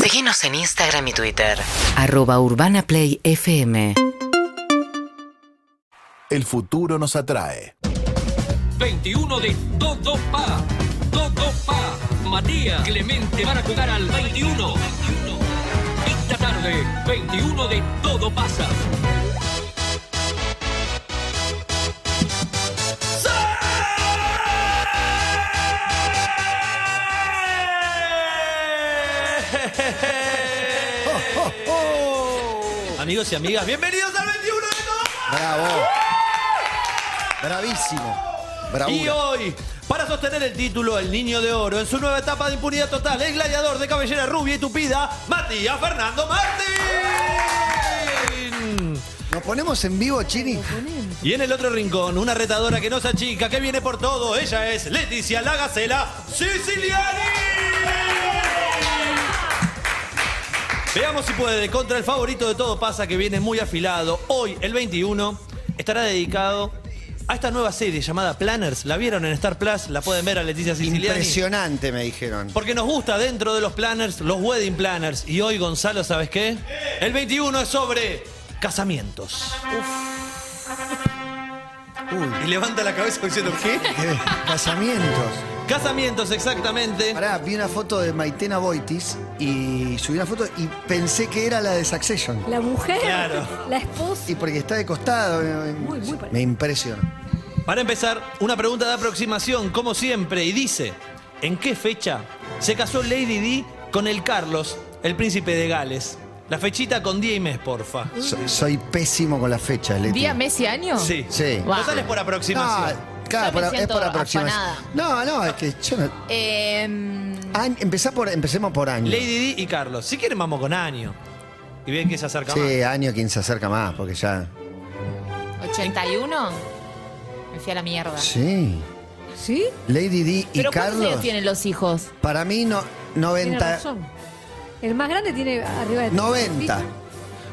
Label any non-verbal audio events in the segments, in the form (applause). Seguinos en Instagram y Twitter. Arroba Urbana Play FM. El futuro nos atrae. 21 de Todo Pa. Todo Pa. Matías Clemente van a jugar al 21. Esta tarde, 21 de Todo Pasa. (laughs) Amigos y amigas, bienvenidos al 21 de Todo. Bravo. Bravísimo. Y Bravo. hoy, para sostener el título El Niño de Oro en su nueva etapa de impunidad total, el gladiador de cabellera rubia y tupida, Matías Fernando Martín. Nos ponemos en vivo, Chini. Y en el otro rincón, una retadora que no se achica, que viene por todo. Ella es Leticia la Gacela Siciliani. Veamos si puede. Contra el favorito de todo pasa que viene muy afilado. Hoy, el 21, estará dedicado a esta nueva serie llamada Planners. La vieron en Star Plus, la pueden ver a Leticia Siciliani. Impresionante, me dijeron. Porque nos gusta dentro de los planners, los wedding planners. Y hoy, Gonzalo, ¿sabes qué? El 21 es sobre casamientos. Y levanta la cabeza diciendo, ¿qué? Eh, Casamientos. Casamientos, exactamente. Pará, vi una foto de Maitena Boitis y subí una foto y pensé que era la de Succession. La mujer, Claro. (laughs) la esposa. Y porque está de costado. eh, Muy, muy parecido. me impresiona. Para empezar, una pregunta de aproximación, como siempre, y dice, ¿en qué fecha se casó Lady Di con el Carlos, el príncipe de Gales? La fechita con día y mes, porfa. So- soy pésimo con las fechas, Leti. ¿Día, mes y año? Sí. Este. Sí. Wow. Total es por No, aproximación. claro, Yo me por- es siento por aproximación. afanada. No, no, es que yo no. Em, Año- empezá por, empecemos por año. Lady Di y Carlos. Si quieren, vamos con año. Y ven que se acerca más. Sí, año quien se acerca más, porque ya. 81. Me fui a la mierda. Sí. ¿Sí? Lady D y ¿Pero cuántos Carlos. años tienen los hijos? Para mí, no, Tiene 90. razón. El más grande tiene arriba de 90.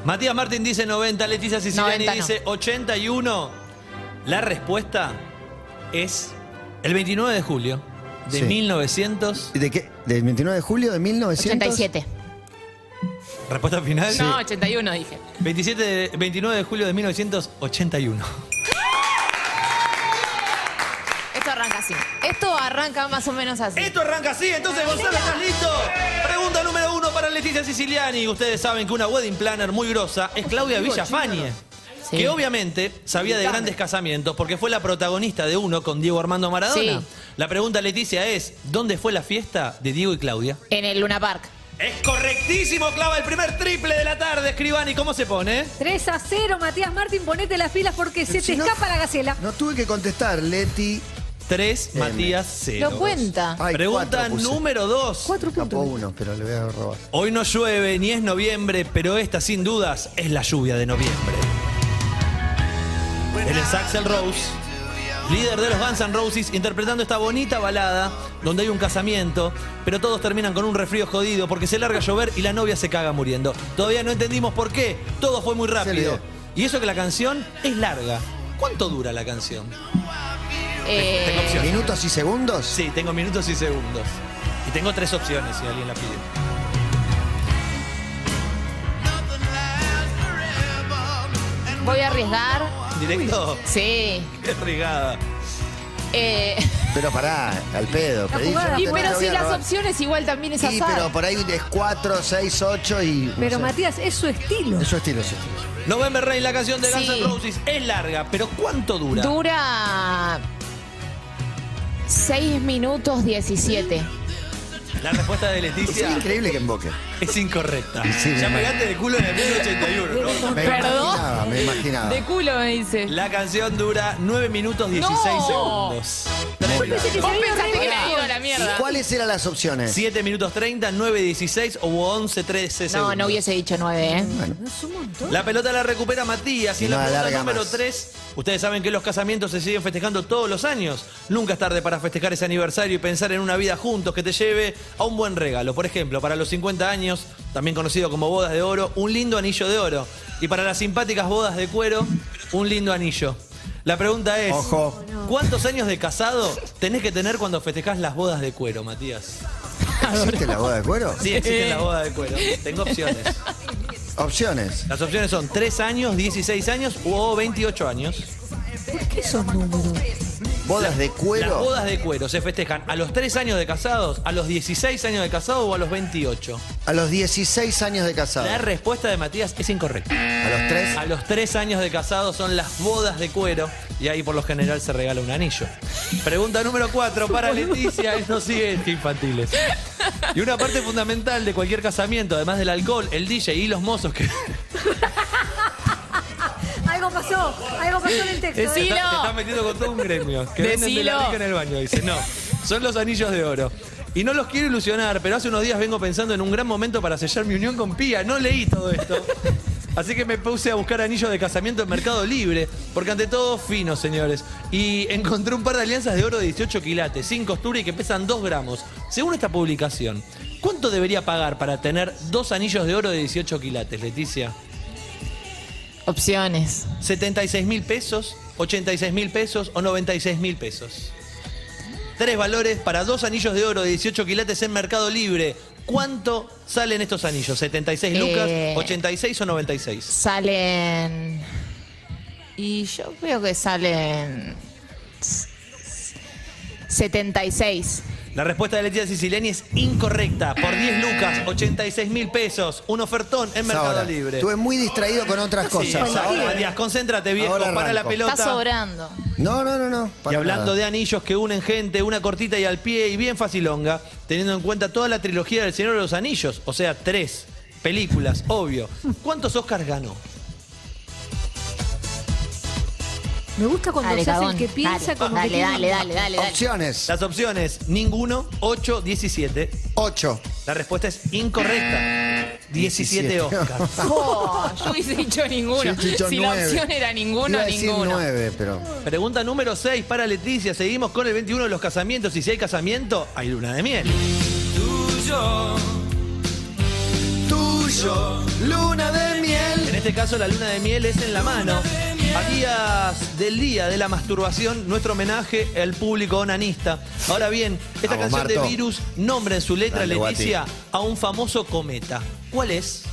Matías Martín dice 90, Leticia Siciliani 90 no. dice 81. La respuesta es el 29 de julio de Sí. 1900. ¿De qué? ¿Del 29 de julio de 1900? 87. Respuesta final. No, 81 dije. 27 de- 29 de julio de 1981. Esto arranca así. Esto arranca más o menos así. Esto arranca así, entonces Gonzalo, ¿estás listo? Pregunta número uno para Leticia Siciliani. Ustedes saben que una wedding planner muy grosa es Claudia Villafañe. Sí. Que obviamente sabía de grandes casamientos porque fue la protagonista de uno con Diego Armando Maradona. Sí. La pregunta, Leticia, es: ¿dónde fue la fiesta de Diego y Claudia? En el Luna Park. Es correctísimo, clava el primer triple de la tarde, Escribani. ¿Cómo se pone? 3 a 0, Matías Martín, ponete las pilas porque se Si te no- escapa la gacela. No tuve que contestar, Leti. Tres, Matías, cero. Lo cuenta. Ay, Pregunta cuatro puse. número dos. Cuatro Escapó puntos. uno, pero le voy a robar. Hoy no llueve ni es noviembre, pero esta sin dudas es la lluvia de noviembre. Él es Axel Rose, líder de los Guns N' Roses, interpretando esta bonita balada donde hay un casamiento, pero todos terminan con un refrío jodido porque se larga a llover y la novia se caga muriendo. Todavía no entendimos por qué, todo fue muy rápido. idea. Y eso que la canción es larga. ¿Cuánto dura la canción? Eh, Tengo opciones. ¿Minutos y segundos? Sí, tengo minutos y segundos. Y tengo tres opciones si alguien la pide. voy a arriesgar. ¿Directo? Sí. Qué rigada. Eh, Pero pará, al pedo. La pedí, yo jugada. no y te- no pero te si voy a las robar. opciones igual también es Sí, azar. pero por ahí es 4, 6, 8 y. no Pero sé. Matías, es su estilo. Es su estilo, es su estilo. November Rain, la canción de Guns Sí. N' Roses, es larga, pero ¿cuánto dura? Dura 6 minutos 17. la respuesta de Leticia Es increíble que emboque. es incorrecta. sí, ya me- pegaste de culo en el 1981, ¿no? Me ¿Perdón? imaginaba, me imaginaba. De culo me dice. La canción dura 9 minutos 16 No. segundos. Yo pensé que se Vos había pensaste que reído. me iba a la mierda. ¿Cuáles eran las opciones? 7 minutos 30, 9, 16 o 11, 13 segundos. No, no hubiese dicho 9, ¿eh? Bueno, Es un montón. La pelota la recupera Matías y en No la alarga pregunta número más. 3, ustedes saben que los casamientos se siguen festejando todos los años. Nunca es tarde para festejar ese aniversario y pensar en una vida juntos que te lleve a un buen regalo. Por ejemplo, para los 50 años, también conocido como bodas de oro, un lindo anillo de oro. Y para las simpáticas bodas de cuero, un lindo anillo. La pregunta es, Ojo. ¿cuántos años de casado tenés que tener cuando festejás las bodas de cuero, Matías? ¿Existe la boda de cuero? Sí, existe la boda de cuero. Tengo opciones. Opciones. Las opciones son 3 años, 16 años o 28 años. ¿Por qué esos números? Bodas de Las cuero. bodas de cuero se festejan a los 3 años de casados, a los 16 años de casados o a los 28. A los 16 años de casado. La respuesta de Matías es incorrecta. A los 3. A los 3 años de casados son las bodas de cuero y ahí por lo general se regala un anillo. Pregunta número 4 para Leticia, esto sigue que infantiles. Y una parte fundamental de cualquier casamiento, además del alcohol, el DJ y los mozos que Algo pasó, algo pasó en el texto. ¿eh? Te Decilo. está- Te estás metiendo con todo un gremio. Que venden de la Decilo. rica en el baño. Dice, no, son los anillos de oro. Y no los quiero ilusionar, pero hace unos días vengo pensando en un gran momento para sellar mi unión con Pía. No leí todo esto. Así que me puse a buscar anillos de casamiento en Mercado Libre, porque ante todo finos, señores. Y encontré un par de alianzas de oro de 18 quilates, sin costura y que pesan 2 gramos. Según esta publicación, ¿cuánto debería pagar para tener dos anillos de oro de 18 quilates, Leticia? Opciones. 76 mil pesos, 86 mil pesos o 96 mil pesos. Tres valores para dos anillos de oro de 18 quilates en Mercado Libre. ¿Cuánto salen estos anillos? ¿76 lucas, Eh. 86 o 96? Salen. Y yo creo que salen. s- s- 76. La respuesta de Leticia Siciliani es incorrecta. Por 10 lucas, 86 mil pesos. Un ofertón en Mercado Ahora, Libre. Estuve muy distraído con otras Sí, cosas. ahora, Matías, concéntrate viejo, Ahora para la arranco. pelota. Está sobrando. No, no, no, no. Y para hablando nada. de anillos que unen gente, una cortita y al pie y bien facilonga, teniendo en cuenta toda la trilogía del Señor de los Anillos, o sea, tres películas, obvio. ¿Cuántos Oscars ganó? Me gusta cuando Dale, se hace Gabón, el que piensa dale, como dale, que tiene- dale, dale, dale, dale. Opciones. Las opciones, ninguno, 8, 17. 8. La respuesta es incorrecta. 17 17 (laughs) Oscars. Oh, yo hubiese dicho ninguno. si la opción era ninguno, ninguno. 9, pero. Pregunta número 6 para Leticia. Seguimos con el 21 de los casamientos y si hay casamiento, hay luna de miel. Tuyo, luna de miel. En este caso la luna de miel es en la mano. A días del día de la masturbación, nuestro homenaje al público onanista. Ahora bien, esta Vamos, canción de Marto. Virus nombra en su letra Dale, Leticia a un famoso cometa. ¿Cuál es?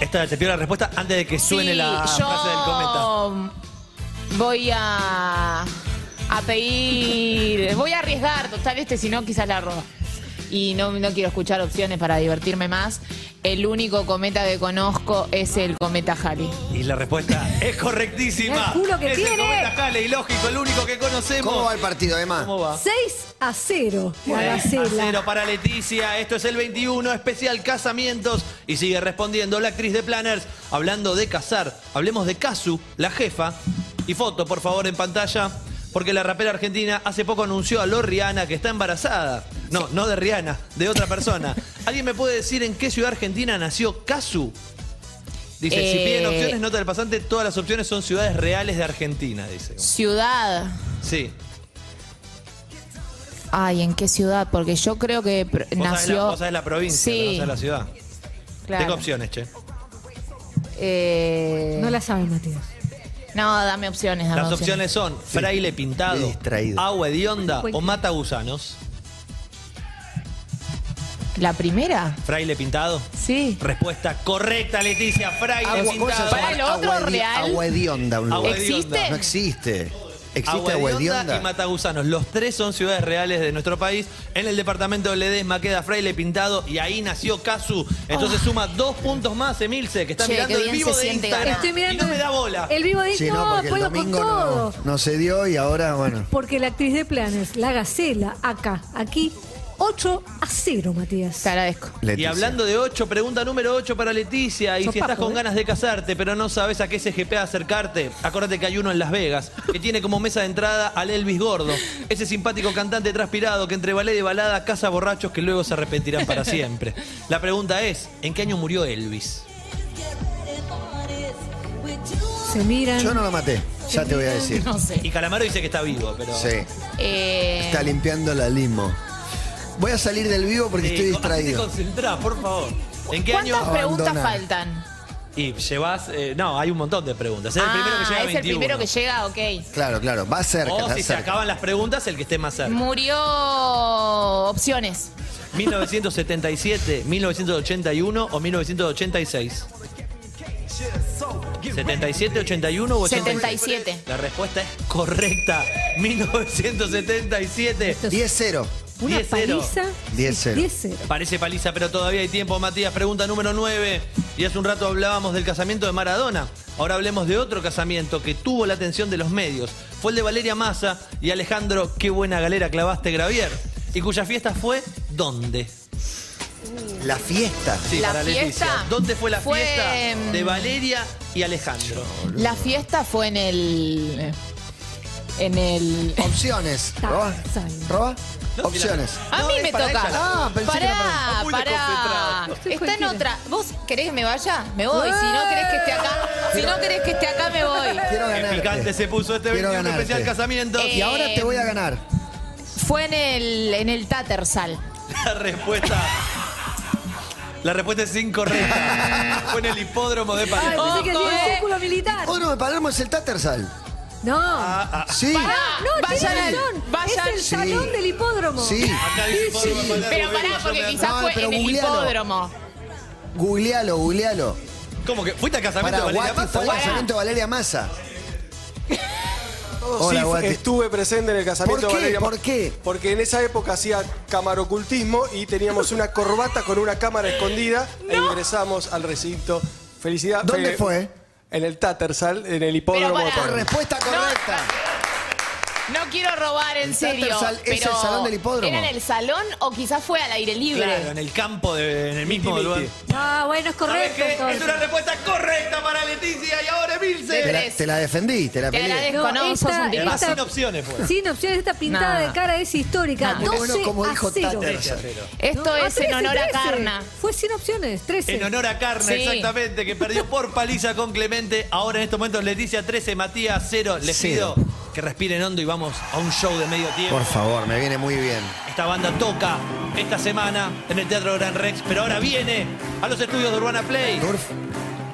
Esta te pido la respuesta antes de que suene Sí, la yo frase del cometa. Voy a, a pedir. Voy a arriesgar, total, este, si no, quizás la roba. Y no, no quiero escuchar opciones para divertirme más. El único cometa que conozco es el cometa Halley. Y la respuesta es correctísima. Mirá el culo que es el tiene. cometa Halley, lógico, el único que conocemos. ¿Cómo va el partido, Emma? ¿Cómo va? 6 a 0 Seis a cero para Leticia. Esto es el 21, especial casamientos. Y sigue respondiendo la actriz de Planners. Hablando de casar, hablemos de Casu, la jefa. Y foto, por favor, en pantalla. Porque la rapera argentina hace poco anunció a Lor Rihanna que está embarazada. No, no de Rihanna, de otra (laughs) persona. ¿Alguien me puede decir en qué ciudad argentina nació Casu? Dice, si Eh. piden opciones, nota del pasante, todas las opciones son ciudades reales de Argentina, dice. Ciudad. Sí. Ay, ¿en qué ciudad? Porque yo creo que Vos pr- sabés la, nació. vos sabés la provincia, pero no Sí, sabés la ciudad. claro. Tengo opciones, che. Eh, No la saben, Matías. no, dame opciones. dame Las opciones son fraile pintado, Qué distraído. agua hedionda o mata gusanos. ¿La primera? Fraile pintado. Sí. Respuesta correcta, Leticia. Fraile Agua- ¿cómo se llama? pintado. Para el otro Agua hedi- real. Agua hedionda, un lugar. Agua hedionda. ¿Existe? No existe. Existe agua Aguadionda y hedionda. Matagusanos. Los tres son ciudades reales de nuestro país. En el departamento de Ledesma queda Fraile Pintado y ahí nació Casu. Entonces suma dos puntos más, Emilce, que está Oh. Che, mirando qué el bien vivo se de siente Instagram. ganar. Estoy y no me da bola. El vivo dice, Sí, no, no, porque el puedo con domingo todo. no, no se dio y ahora, bueno. Porque la actriz de planes, la gacela, acá, aquí, 8 a 0, Matías. Te agradezco. Y Leticia. hablando de 8, pregunta número 8 para Leticia. Y Sos si estás papo, con ¿eh? ganas de casarte, pero no sabes a qué SGP acercarte, acuérdate que hay uno en Las Vegas que tiene como mesa de entrada al Elvis Gordo, ese simpático cantante transpirado que entre ballet y balada caza borrachos que luego se arrepentirán para siempre. La pregunta es: ¿en qué año murió Elvis? Se miran. Yo no lo maté, ya te voy a decir. No sé. Y Calamaro dice que está vivo, pero. Sí. Eh, Está limpiando la limo. Voy a salir del vivo porque Sí, estoy así te distraído. concentrás, por favor. ¿En qué año? ¿Cuántas preguntas Abandona. faltan? Y llevas. eh, no, hay un montón de preguntas. Es el primero que llega a ah, es el 21. primero que llega, ok. Claro, claro. Va cerca, O está Oh, si se cerca. acaban las preguntas, el que esté más cerca. Murió opciones. 1977, 1981 o 1986. 77, 81 o 86. 77. La respuesta es correcta. 1977. Esto es 10-0. una 10-0. paliza. 10-0. 10-0. Parece paliza, pero todavía hay tiempo, Matías. Pregunta número 9. Y hace un rato hablábamos del casamiento de Maradona. Ahora hablemos de otro casamiento que tuvo la atención de los medios. Fue el de Valeria Massa y Alejandro, qué buena galera clavaste, Gravier. Y cuya fiesta fue ¿dónde? La fiesta. Sí, La para Leticia. fiesta ¿Dónde fue la fue, fiesta em, de Valeria y Alejandro? La fiesta fue en el. En el. Opciones. Está Roba. salvo. Roba. No, Opciones. A No, mí es me para toca. ella. Ah, pensé que era para pará, Muy pará. desconcentrado. Estoy Está en cualquiera. otra. ¿Vos querés que me vaya? Me voy. Si no querés que esté acá, si no querés que esté acá, me voy. Quiero Qué ganar. picante se puso este 21 especial casamiento. Eh. Y ahora te voy a ganar. Fue en el, en el Tatersal. La respuesta. La respuesta es Eh. incorrecta. Fue en el hipódromo de Ay, Palermo. pensé que Ojo, hacía el eh. círculo militar. Uno de Palermo es el Tattersall. No. Ah, Sí. Pará. No, Vayan tiene al- razón. vayan- Es el Ah, Sí. salón del hipódromo. Sí. Acá dice hipódromo de Palermo, Pero pará, digo, yo porque me- quizás No, fue pero en el googlealo. hipódromo. Googlealo, googlealo. ¿Cómo que? ¿Fuiste al Para casamiento de Valeria Guati Massa? fue el Pará. casamiento de Valeria Massa. sí, Hola, Guati. estuve presente en el casamiento ¿Por qué? de Valeria. ¿Por qué? Porque en esa época hacía camarocultismo y teníamos una corbata con una cámara escondida e ingresamos al recinto. Felicidad. eh, ¿Dónde fue? En el Tattersal, en el hipódromo. Pero de pará. Palermo. Respuesta correcta. No quiero robar, en El serio. Tattersall es el pero salón del hipódromo. ¿Era en el salón o quizás fue al aire libre? Claro, en el campo, de- en el mismo Miti, lugar. miti. Ah, bueno, es ¿Sabés correcto. qué? Es entonces. una respuesta correcta para Leticia y ahora Te Emilce. la, te la defendí, te la Te peleé. agradezco, No, no, sos esta- un tipazo. Además, esta- sin opciones fue. Sin opciones, esta pintada Nah. de cara es histórica. Nah, porque 12 bueno, como a dijo 0. Tater. Esto No, es en 13, honor a 13. Carna. Fue sin opciones, 13. En honor a Carna, Sí. exactamente, que perdió (laughs) por paliza con Clemente. Ahora en estos momentos Leticia 13, Matías 0. Les Cero. pido que respiren hondo y vamos a un show de medio tiempo. Por favor, me viene muy bien. Esta banda toca esta semana en el Teatro Gran Rex, pero ahora viene a los estudios de Urbana Play. Turf,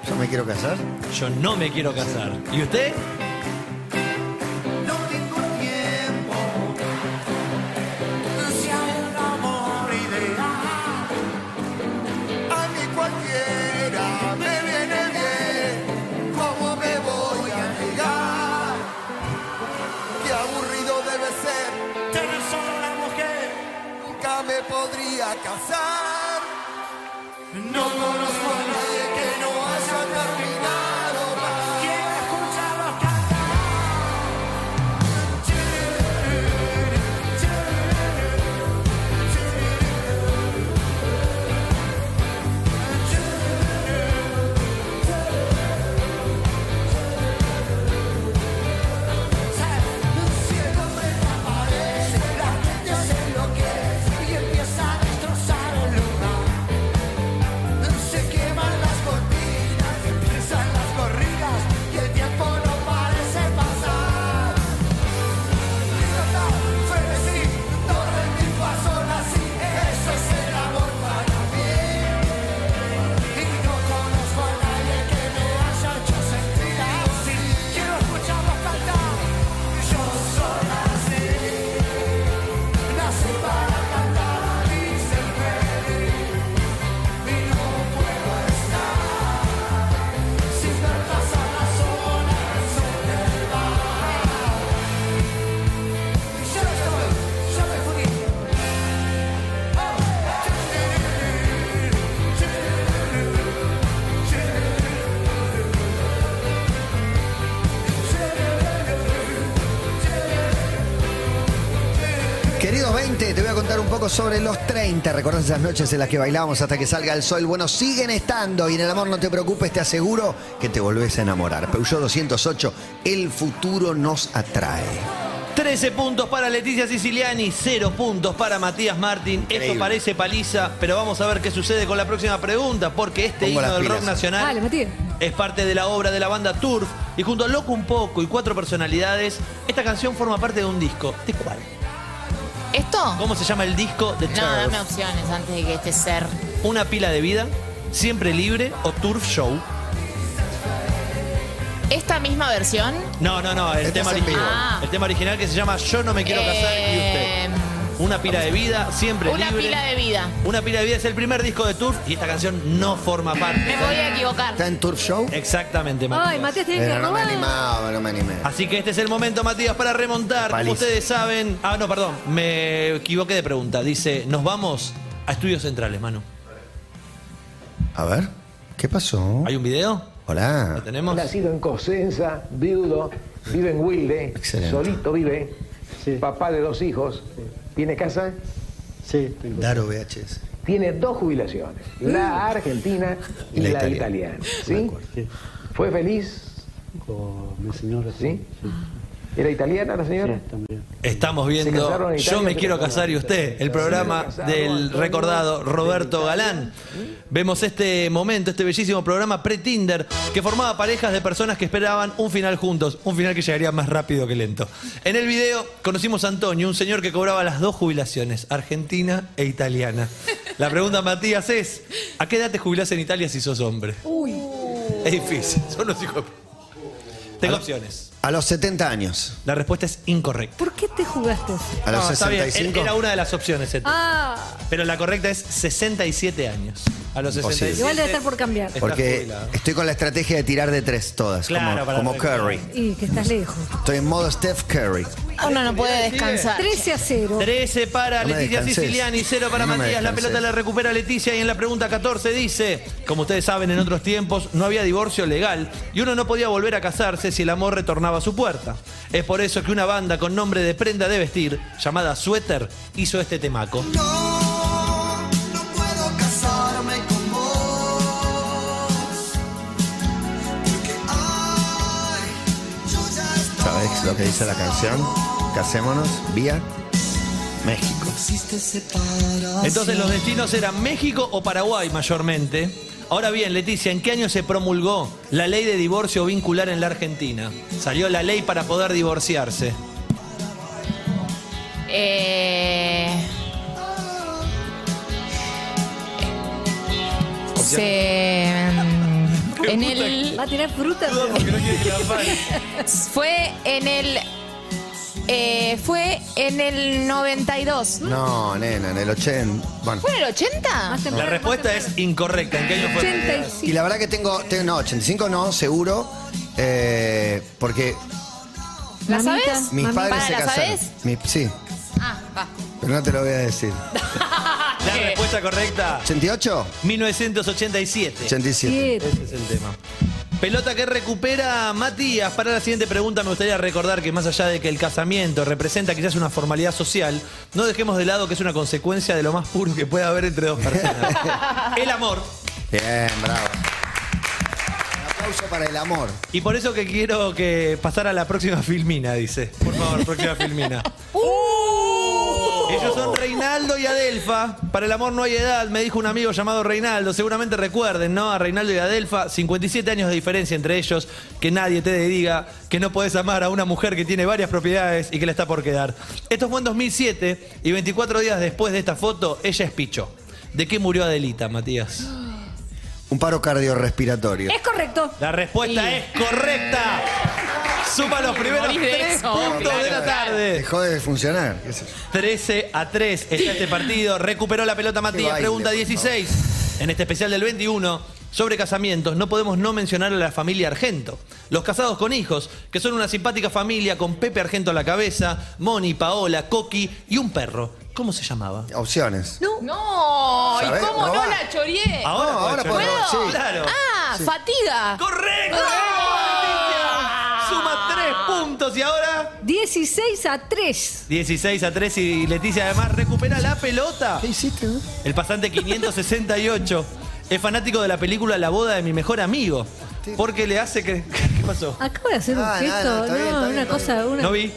yo me quiero casar. Yo no me quiero casar. ¿Y usted? Queridos 20, te voy a contar un poco sobre los 30. ¿Recordás esas noches en las que bailábamos hasta que salga el sol? Bueno, siguen estando y en el amor no te preocupes, te aseguro que te volvés a enamorar. Peugeot 208, el futuro nos atrae. 13 puntos para Leticia Siciliani, 0 puntos para Matías Martín. Esto Increíble. parece paliza, pero vamos a ver qué sucede con la próxima pregunta, porque este Pongo himno las del rock pilas. nacional Dale, Matías. es parte de la obra de la banda Turf. Y junto a Loco un poco y cuatro personalidades, esta canción forma parte de un disco. ¿De cuál? ¿Esto? ¿Cómo se llama el disco de Turf? No, dame opciones antes de que este ser. Una pila de vida, siempre libre o Turf Show. esta misma versión. No, no, no, el Este tema es en original. vivo. Ah. El tema original que se llama Yo no me quiero casar Eh, y usted. Una pila de vida, siempre Una libre. pila de vida. Una pila de vida es el primer disco de Turf y esta canción no forma parte. Me voy a equivocar. ¿Está en Turf Show? Eh, Exactamente, Matías. Ay, Matías, tenés que Pero no me robar. animaba, no me animé. Así que este es el momento, Matías, para remontar. Como Paliza. ustedes saben. Ah, no, perdón. Me equivoqué de pregunta. Dice, nos vamos a Estudios Centrales, Manu. A ver, ¿qué pasó? ¿Hay un video? ¿Lo Hola. tenemos? Nacido en Cosenza, viudo, vive en Wilde, Excelente. solito vive, papá de dos hijos, tiene casa, Daro VHS. tiene dos jubilaciones, la Mm. argentina y, la, italiana. ¿sí? Me acuerdo. ¿Fue feliz? Con mi señora, ¿sí? ¿Era italiana la señora? Estamos Se casaron viendo en Italia, Yo me se quiero casaron. casar y usted, el programa Se casaron, del Antonio, recordado en Roberto Italia. Galán. Vemos este momento, este bellísimo programa pre-Tinder que formaba parejas de personas que esperaban un final juntos, un final que llegaría más rápido que lento. En el video conocimos a Antonio, un señor que cobraba las dos jubilaciones, argentina e italiana. La pregunta, Matías, es, ¿a qué edad te jubilás en Italia si sos hombre? Uy. Es difícil, son los hijos. de- Tengo opciones. A los 70 años. La respuesta es incorrecta. ¿Por qué te jugaste? A los No, está bien, 65. Era una de las opciones, Ete. Ah, pero la correcta es 67 años. A los Imposible. 67. igual debe estar por cambiar. Está Porque jubilado. estoy con la estrategia de tirar de tres todas, Claro, para como, como recuperar. Curry. Y que estás lejos. Estoy en modo Steph Curry. Uno no puede Ah, descansar. 13 a 0. 13 para No me Leticia descansés. Siciliani, 0 para No me Matías. La descansés. pelota la recupera Leticia y en la pregunta 14 dice, como ustedes saben, en otros tiempos no había divorcio legal y uno no podía volver a casarse si el amor retornaba a su puerta. Es por eso que una banda con nombre de prenda de vestir, llamada Sweater, hizo este temaco. ¿Sabes lo que dice la canción? Casémonos vía México. Entonces los destinos eran México o Paraguay mayormente. Ahora bien, Leticia, ¿en qué año se promulgó la ley de divorcio vincular en la Argentina? Salió la ley para poder divorciarse. Eh, se, Eh, (laughs) en el, Va a tirar fruta. fue en el eh, fue en el 92. No, nena, en el 80. Bueno. ¿Fue en el 80? Más temprano, La más respuesta es temprano. incorrecta. ¿En qué año fue? Y 85. la verdad que tengo, tengo- no, 85 no, seguro, eh, porque ¿La Mamita. sabes? mis Mami, padres para, se ¿la casaron. sabes? Mi- sí, Ah, va. pero no te lo voy a decir. La respuesta correcta, ¿88? 1987. 87. Ese es el tema. Pelota que recupera Matías. Para la siguiente pregunta me gustaría recordar que más allá de que el casamiento representa quizás una formalidad social, no dejemos de lado que es una consecuencia de lo más puro que puede haber entre dos personas. el amor. Bien, bravo. Un aplauso para el amor. Y por eso que quiero que pasar a la próxima filmina, dice. Por favor, próxima filmina. ¡Uh! Ellos son Reinaldo y Adelfa. Para el amor no hay edad, me dijo un amigo llamado Reinaldo. Seguramente recuerden, ¿no? A Reinaldo y Adelfa, 57 años de diferencia entre ellos. Que nadie te diga que no podés amar a una mujer que tiene varias propiedades y que la está por quedar. Esto fue en 2007 y 24 días después de esta foto, ella es Picho. ¿De qué murió Adelita, Matías? Un paro cardiorrespiratorio. Es correcto. La respuesta Sí. es correcta. Supa los primeros morís de tres eso, puntos de la claro. tarde. Dejó de funcionar. qué sé yo. 13 a 3 está este partido. Recuperó la pelota Qué Matías. baile, Pregunta por 16. En este especial del 21 sobre casamientos, no podemos no mencionar a la familia Argento. Los casados con hijos, que son una simpática familia con Pepe Argento a la cabeza, Moni, Paola, Coqui y un perro. ¿Cómo se llamaba? Opciones. No, ¿y ¿Sabés? cómo no Robá. la choreé? Eh. Ah, No, ahora puedo podemos, echar. sí. Claro. Ah, fatiga. ¡Correcto! Leticia! Suma 3 puntos y ahora 16 a 3. 16 a 3 y Leticia además recupera la pelota. ¿Qué hiciste? no? El pasante 568 es fanático de la película La boda de mi mejor amigo. Porque le hace que... (laughs) ¿Qué pasó? Acabo de hacer Ah, un gesto. nada, está no, bien, está bien, una está cosa. Una... No vi.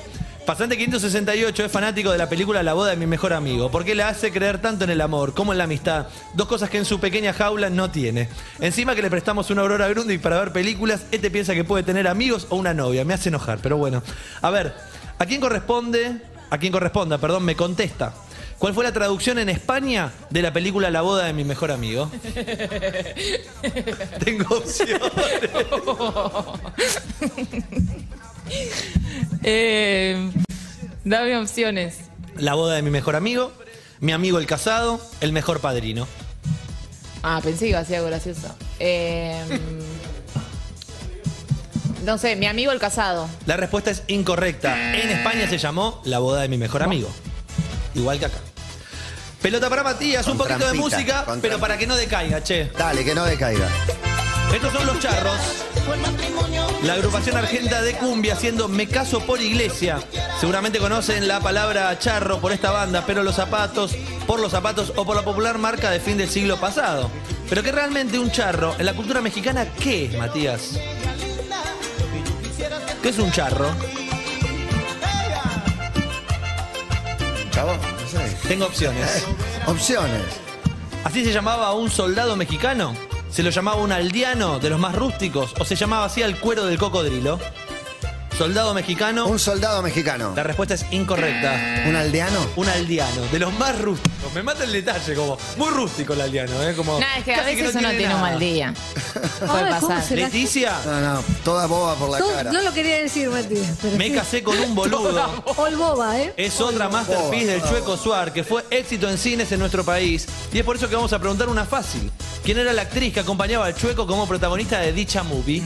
Pasante 568 es fanático de la película La boda de mi mejor amigo, porque le hace creer tanto en el amor como en la amistad, dos cosas que en su pequeña jaula no tiene. Encima que le prestamos una Aurora Grundy para ver películas, este piensa que puede tener amigos o una novia, me hace enojar, pero bueno. A ver, ¿a quién corresponde? A quién corresponda, perdón, me contesta. ¿Cuál fue la traducción en España de la película La boda de mi mejor amigo? Tengo opciones. Eh, dame opciones. La boda de mi mejor amigo, mi amigo el casado, el mejor padrino. Ah, pensé que iba a ser algo gracioso. Eh, no sé, mi amigo el casado. La respuesta es Eh. incorrecta. En España se llamó La boda de mi mejor amigo. Igual que acá. Pelota para Matías, un Con poquito de trampita, música, con pero trampita. para que no decaiga, che. Dale, que no decaiga. Estos son los charros. La agrupación argenta de cumbia haciendo Me caso por iglesia. Seguramente conocen la palabra charro por esta banda, pero los zapatos, por los zapatos o por la popular marca de fin del siglo pasado. Pero que realmente un charro, en la cultura mexicana, ¿qué es, Matías? ¿Qué es un charro? Chavo, no sé. Tengo opciones. Opciones. ¿Así se llamaba a un soldado mexicano? ¿Se lo llamaba un aldeano de los más rústicos? ¿O se llamaba así al cuero del cocodrilo? Soldado mexicano. Un soldado mexicano. La respuesta es incorrecta. ¿Un aldeano? Un aldeano, de los más rústicos. Me mata el detalle, como muy rústico el aldeano, ¿eh? Como, Nada, es que a casi veces uno tiene tiene un nada. mal día. Puede Ay, ¿cómo pasar. será? Leticia, No, no, toda boba por la Tú- cara. no lo quería decir, Matías. Pero me casé con (laughs) un boludo. Olboba, ¿eh? Es otra masterpiece del Chueco Suar que fue éxito en cines en nuestro país. Y es por eso que vamos a preguntar una fácil. ¿Quién era la actriz que acompañaba al Chueco como protagonista de dicha movie?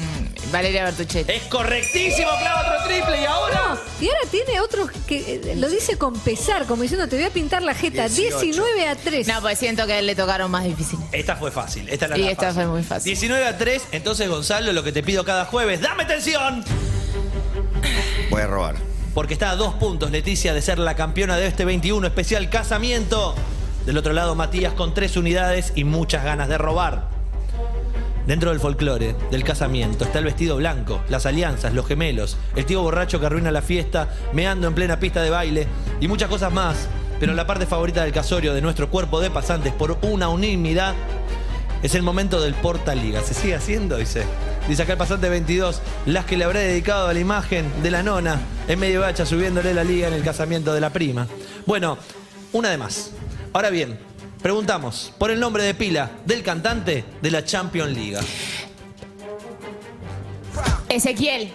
Valeria Bertuchet. Es correctísimo, clava otro triple y ahora. No, y ahora tiene otros que eh, lo dice con pesar, como diciendo, te voy a pintar la jeta 19 a 3. No, pues siento que a él le tocaron más difíciles. Esta fue fácil, esta es la Y más esta fue muy fácil. 19 a 3, entonces Gonzalo, lo que te pido cada jueves, dame tensión. Voy a robar. Porque está a dos puntos Leticia de ser la campeona de este 21 especial casamiento. Del otro lado Matías con tres unidades y muchas ganas de robar. Dentro del folclore, del casamiento, está el vestido blanco, las alianzas, los gemelos, el tío borracho que arruina la fiesta, meando en plena pista de baile y muchas cosas más. Pero la parte favorita del casorio de nuestro cuerpo de pasantes por una unanimidad es el momento del Portaliga. Se sigue haciendo, dice. Dice acá el pasante 22, las que le habrá dedicado a la imagen de la nona en medio bacha subiéndole la liga en el casamiento de la prima. Bueno, una de más. Ahora bien, preguntamos por el nombre de pila del cantante de la Champions League. Ezequiel.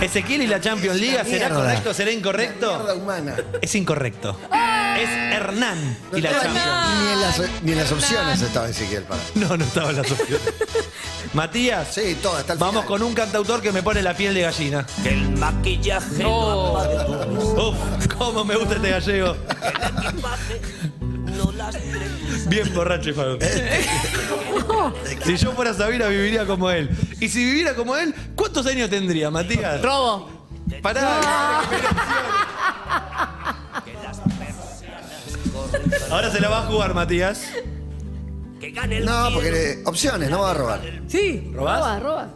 Ezequiel y la Champions League, ¿será mierda. correcto? ¿Será Mierda incorrecto? humana. Es incorrecto. Es Hernán y la No, Champions. Ni en las, ni en las opciones estaba Ezequiel para. No, no estaba en la opción. (laughs) Matías, Sí, todo, hasta el vamos final. con un cantautor que me pone la piel de gallina. El maquillaje. Uf, cómo me gusta este gallego. Bien borracho y faro. Si yo fuera Sabina viviría como él. Y si viviera como él, ¿cuántos años tendría, Matías? Robo. Pará. Ahora se la va a jugar, Matías. No, porque eh, opciones, no va a robar. Sí. ¿Robás? Roba, roba.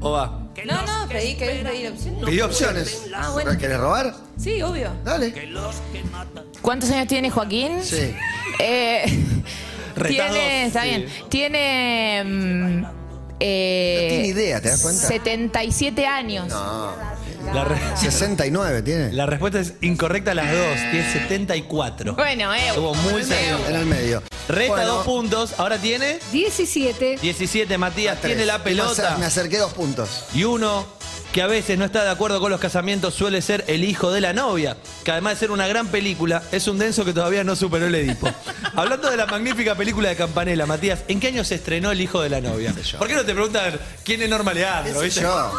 ¿O va? No, no, pedí que pedir opciones. Pidió opciones. Ah, bueno. ¿Querés robar? Sí, obvio. Dale. ¿Cuántos años tiene Joaquín? Sí. Eh, Retados, tiene, está sí. bien. Tiene. mm, eh, No tiene idea, ¿te das cuenta? 77 años. La, re- 69 tiene. la respuesta es incorrecta a las dos. Tiene 74. Bueno, eh. Estuvo muy cerca. En el medio. Resta Bueno, dos puntos. Ahora tiene 17. 17. Matías tres. tiene Me la acer- Me pelota. acerqué dos puntos. Y uno que a veces no está de acuerdo con los casamientos suele ser el hijo de la novia, que además de ser una gran película, es un denso que todavía no superó el (laughs) Edipo. Hablando de la magnífica película de Campanella, Matías, ¿en qué año se estrenó el hijo de la novia? ¿Por qué no te preguntan quién es Norma Leandro? ¿Qué sé viste? yo?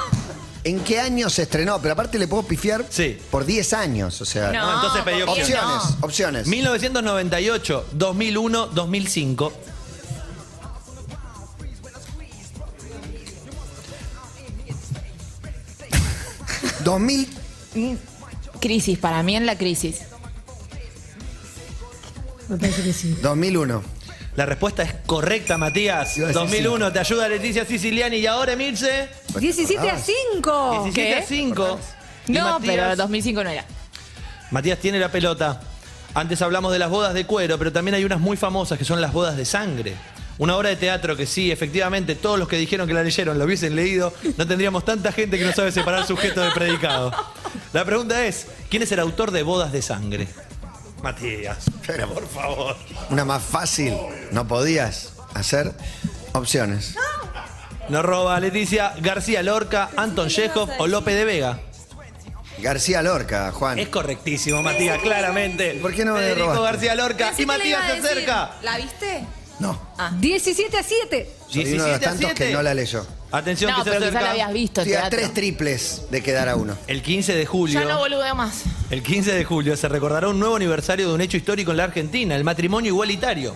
¿En qué año se estrenó? Pero aparte le puedo pifiar Sí. por 10 años. O sea, No, entonces pedí Joaquín, opciones, no. opciones. 1998, 2001, 2005. ¿2000? Crisis, para mí en la crisis. Me parece que sí. 2001. La respuesta es correcta, Matías. Iba a decir 2001, te ayuda Leticia Siciliani y ahora Mirce. 17 a 5. 17 Ah. a 5. Y No, Matías- pero 2005 no era. Matías tiene la pelota. Antes hablamos de las bodas de cuero, pero también hay unas muy famosas que son las bodas de sangre. Una obra de teatro que sí, efectivamente, todos los que dijeron que la leyeron lo hubiesen leído, no tendríamos tanta gente que no sabe separar sujeto de predicado. La pregunta es, ¿quién es el autor de Bodas de Sangre? Matías, Pero- por favor. Una más fácil, no podías hacer opciones. No roba Leticia, García Lorca, Anton Chekhov o López de Vega. García Lorca, Juan. Es correctísimo, Matías, claramente. ¿Por qué no me Federico robaste? García Lorca Pensé y que le iba Matías a se decir. acerca. ¿La viste? Ah. No. 17 a 7. Soy uno de los 17 a tantos 7. que no la leyó. Atención No, que se pero quizás acerca. la habías visto. en Estoy a teatro. tres triples de quedar a uno. El 15 de julio. Ya no boludeo más. El 15 de julio se recordará un nuevo aniversario de un hecho histórico en la Argentina, el matrimonio igualitario.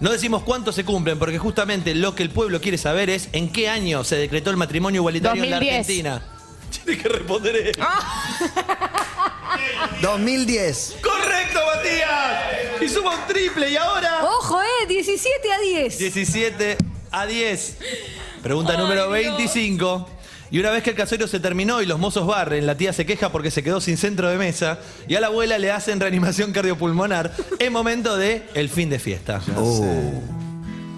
No decimos cuántos se cumplen, porque justamente lo que el pueblo quiere saber es en qué año se decretó el matrimonio igualitario en la 2010. Argentina. (laughs) Tiene que responder él. Ah. 2010. ¡Correcto, Matías! Y suma un triple y ahora. Ojo, eh, 17 a 10. 17 a 10. Pregunta número 25. Y una vez que el casorio se terminó y los mozos barren, la tía se queja porque se quedó sin centro de mesa y a la abuela le hacen reanimación cardiopulmonar. Es momento de el fin de fiesta. Uh,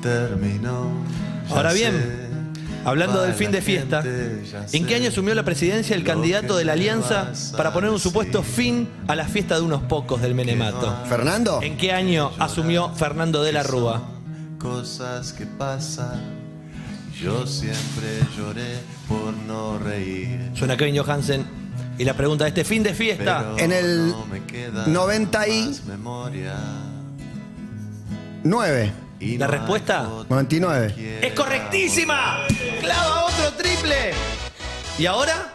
Terminó. ya Oh. Ahora sé, bien, hablando va del fin la de fiesta, gente, ya ¿en qué sé año asumió la presidencia el lo candidato que de la me alianza vas a para poner un supuesto decir? fin a la fiesta de unos pocos del Menemato? ¿Fernando? ¿En qué año asumió Fernando de la Rúa? Cosas que pasan. Yo siempre lloré por no reír. Suena Kevin Johansen. Y la pregunta de este fin de fiesta. Pero En el no me queda 90 y- más memoria. 9. Y La no hay respuesta 99. es correctísima. Clava otro triple. ¿Y ahora?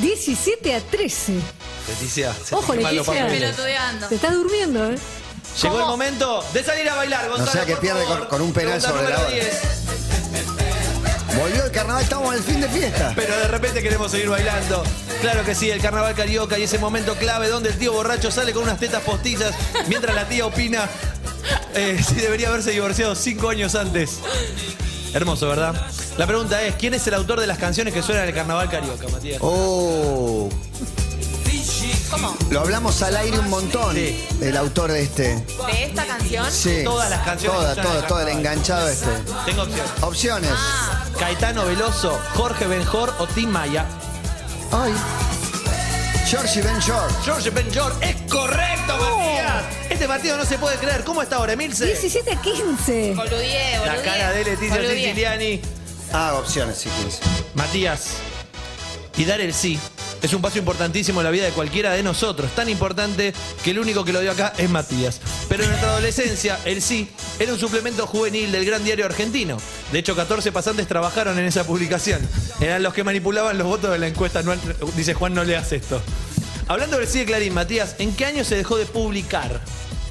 17 a 13. Leticia. se te Ojo, queman los Leticia. papeles. Pelotudeando. Se está durmiendo, eh. Llegó el momento de salir a bailar, Gonzalo. sea que por pierde favor. con- con un penal Pregunta sobre número la hora. 10. Volvió el carnaval, estamos al fin de fiesta. Pero de repente queremos seguir bailando. Claro que sí, el carnaval carioca y ese momento clave donde el tío borracho sale con unas tetas postizas mientras la tía opina eh, si debería haberse divorciado cinco años antes. Hermoso, ¿verdad? La pregunta es, ¿quién es el autor de las canciones que suenan en el carnaval carioca, Matías? Oh, ¿Cómo? lo hablamos al aire un montón. Sí. El autor de este. ¿De esta canción? Sí. Todas las canciones Toda, que usan todo, el todo el carnaval. enganchado este. Tengo opciones. Opciones. Caetano Veloso, Jorge Benjor o Tim Maya. Ay. Georgie Ben George. George Benjor es correcto, Matías. Este partido no se puede creer. ¿Cómo está ahora, Emilce? 17 a 15. Boludié, La boludié. cara de Leticia Boludié. Siciliani. Ah, opciones, sí, quince. Matías, y dar el sí es un paso importantísimo en la vida de cualquiera de nosotros, tan importante que el único que lo dio acá es Matías. Pero en nuestra adolescencia, el sí era un suplemento juvenil del gran diario argentino. De hecho, 14 pasantes trabajaron en esa publicación. Eran los que manipulaban los votos de la encuesta. anual. dice Juan, no leas esto. Hablando del sí de Clarín, Matías, ¿en qué año se dejó de publicar?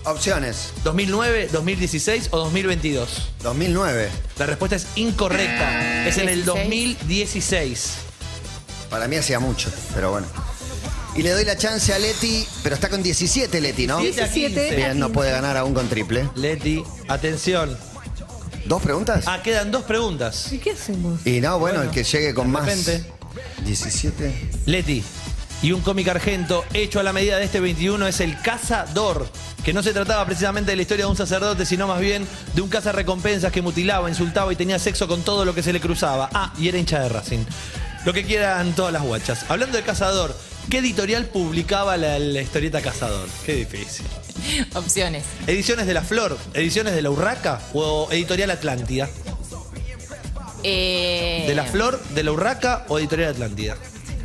Opciones. ¿2009, 2016 o 2022? 2009. La respuesta es incorrecta. Es en el 16. 2016. Para mí hacía mucho, pero bueno. Y le doy la chance a Leti, pero está con 17 Leti, ¿no? 17 a Bien, no 15. puede ganar aún con triple. Leti, atención. ¿Dos preguntas? Ah, quedan dos preguntas. ¿Y qué hacemos? Y no, bueno, el que llegue con más. repente. 17. Leti, y un cómic argento hecho a la medida de este 21 es el Cazador, que no se trataba precisamente de la historia de un sacerdote, sino más bien de un cazarrecompensas que mutilaba, insultaba y tenía sexo con todo lo que se le cruzaba. Ah, y era hincha de Racing. Lo que quieran todas las guachas. Hablando de Cazador, ¿qué editorial publicaba la, la historieta Cazador? Qué difícil. Opciones. ¿Ediciones de la Flor? ¿Ediciones de la Urraca? ¿O Editorial Atlántida? Eh, ¿De la Flor, de la Urraca o Editorial Atlántida?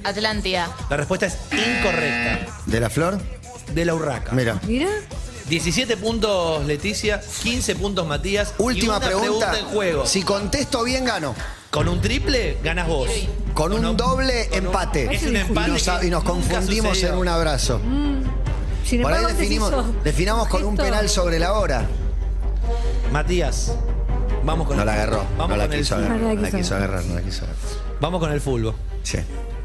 Atlántida. La respuesta es incorrecta. ¿De la flor? De la Urraca. Mira. Mira, 17 puntos Leticia, 15 puntos Matías. y Última una pregunta. en juego. Si contesto bien, gano. Con un triple ganas vos. Con un un- doble empate. Es un empate Y nos, que y nos nunca confundimos sucedió. en un abrazo. sin Por ahí embargo, antes definimos, hizo definamos con un gesto. penal sobre la hora. Matías, vamos con No el la agarró. fútbol. Vamos, No la con el quiso fútbol. agarrar. No No la la quiso quiso agarrar. No la quiso agarrar. vamos con el fútbol. Sí.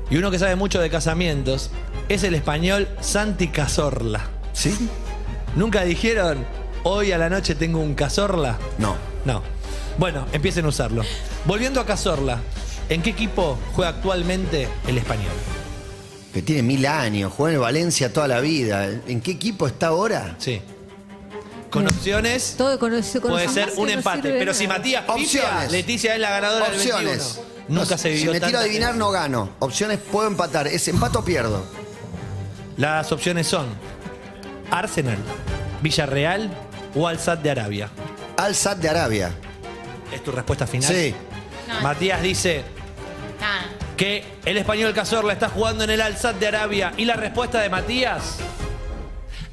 Y uno que sabe mucho de casamientos es el español Santi Cazorla. ¿Sí? ¿Nunca dijeron, hoy a la noche tengo un Cazorla? No. No. Bueno, empiecen a usarlo. Volviendo a Cazorla, ¿en qué equipo juega actualmente el español? Que tiene mil años, juega en el Valencia toda la vida. ¿En qué equipo está ahora? Sí. Con opciones. Todo con ese- con Puede esa ser base un no empate. sirve de Pero si nada. Matías pifia, Opciones. Leticia es la ganadora del Opciones. 21. Nunca No, se vivió Si me tiro tanta a adivinar, gente. no gano. Opciones, puedo empatar. ¿Es empato o pierdo? Las opciones son Arsenal, Villarreal o Al Sadd de Arabia. Al Sadd de Arabia. ¿Es tu respuesta final? Sí. No. Matías dice Ah, que el español Cazorla está jugando en el Al Sadd de Arabia y la respuesta de Matías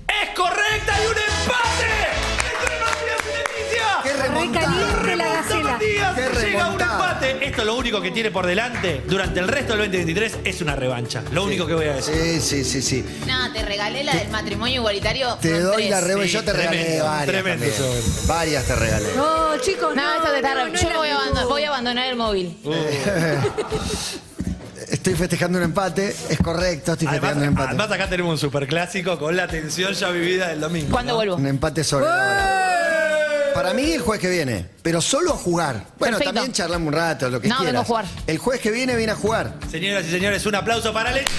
es correcta y un empate entre Matías y Leticia. ¡Qué remontada! Recaliente la gacela. Matías ¡Qué llega a un remontada! empate. Esto lo único que tiene por delante durante el resto del 2023 es una revancha. Lo único que voy a decir. Sí, sí, sí, sí. no, te regalé la del matrimonio igualitario. Te con doy tres. la reba, yo te tremendo, regalé varias. tremendo también. sobre. Varias te regalé. No, chicos, no. No, esto te está no, re- no es Yo la voy a, actitud. abandonar, voy a abandonar el móvil. Estoy festejando un empate, es correcto, estoy Además, festejando un empate. además acá tenemos un superclásico con la tensión ya vivida del domingo. ¿Cuándo ¿no? vuelvo? un empate sobre la hora. Para mí el jueves que viene, pero solo a jugar. Bueno, ¡Eh! Perfecto. también charlamos un rato, lo que No, vengo quieras. a jugar. El jueves que viene viene a jugar. Señoras y señores, un aplauso para Alex.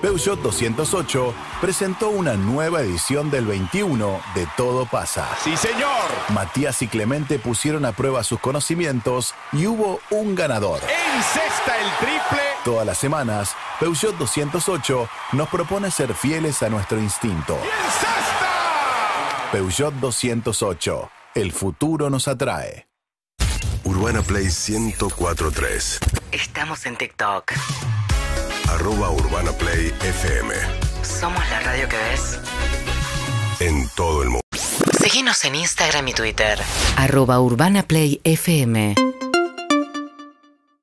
Peugeot 208 presentó una nueva edición del 21 de Todo pasa. Sí, señor. Matías y Clemente pusieron a prueba sus conocimientos y hubo un ganador. Encesta el triple. Todas las semanas, Peugeot 208 nos propone ser fieles a nuestro instinto. ¡Encesta! Peugeot 208. El futuro nos atrae. Urbana Play 1043. Estamos en TikTok. Arroba Urbana Play FM. Somos la radio que ves. En todo el mundo. Seguinos en Instagram y Twitter. arroba urbanaplayfm.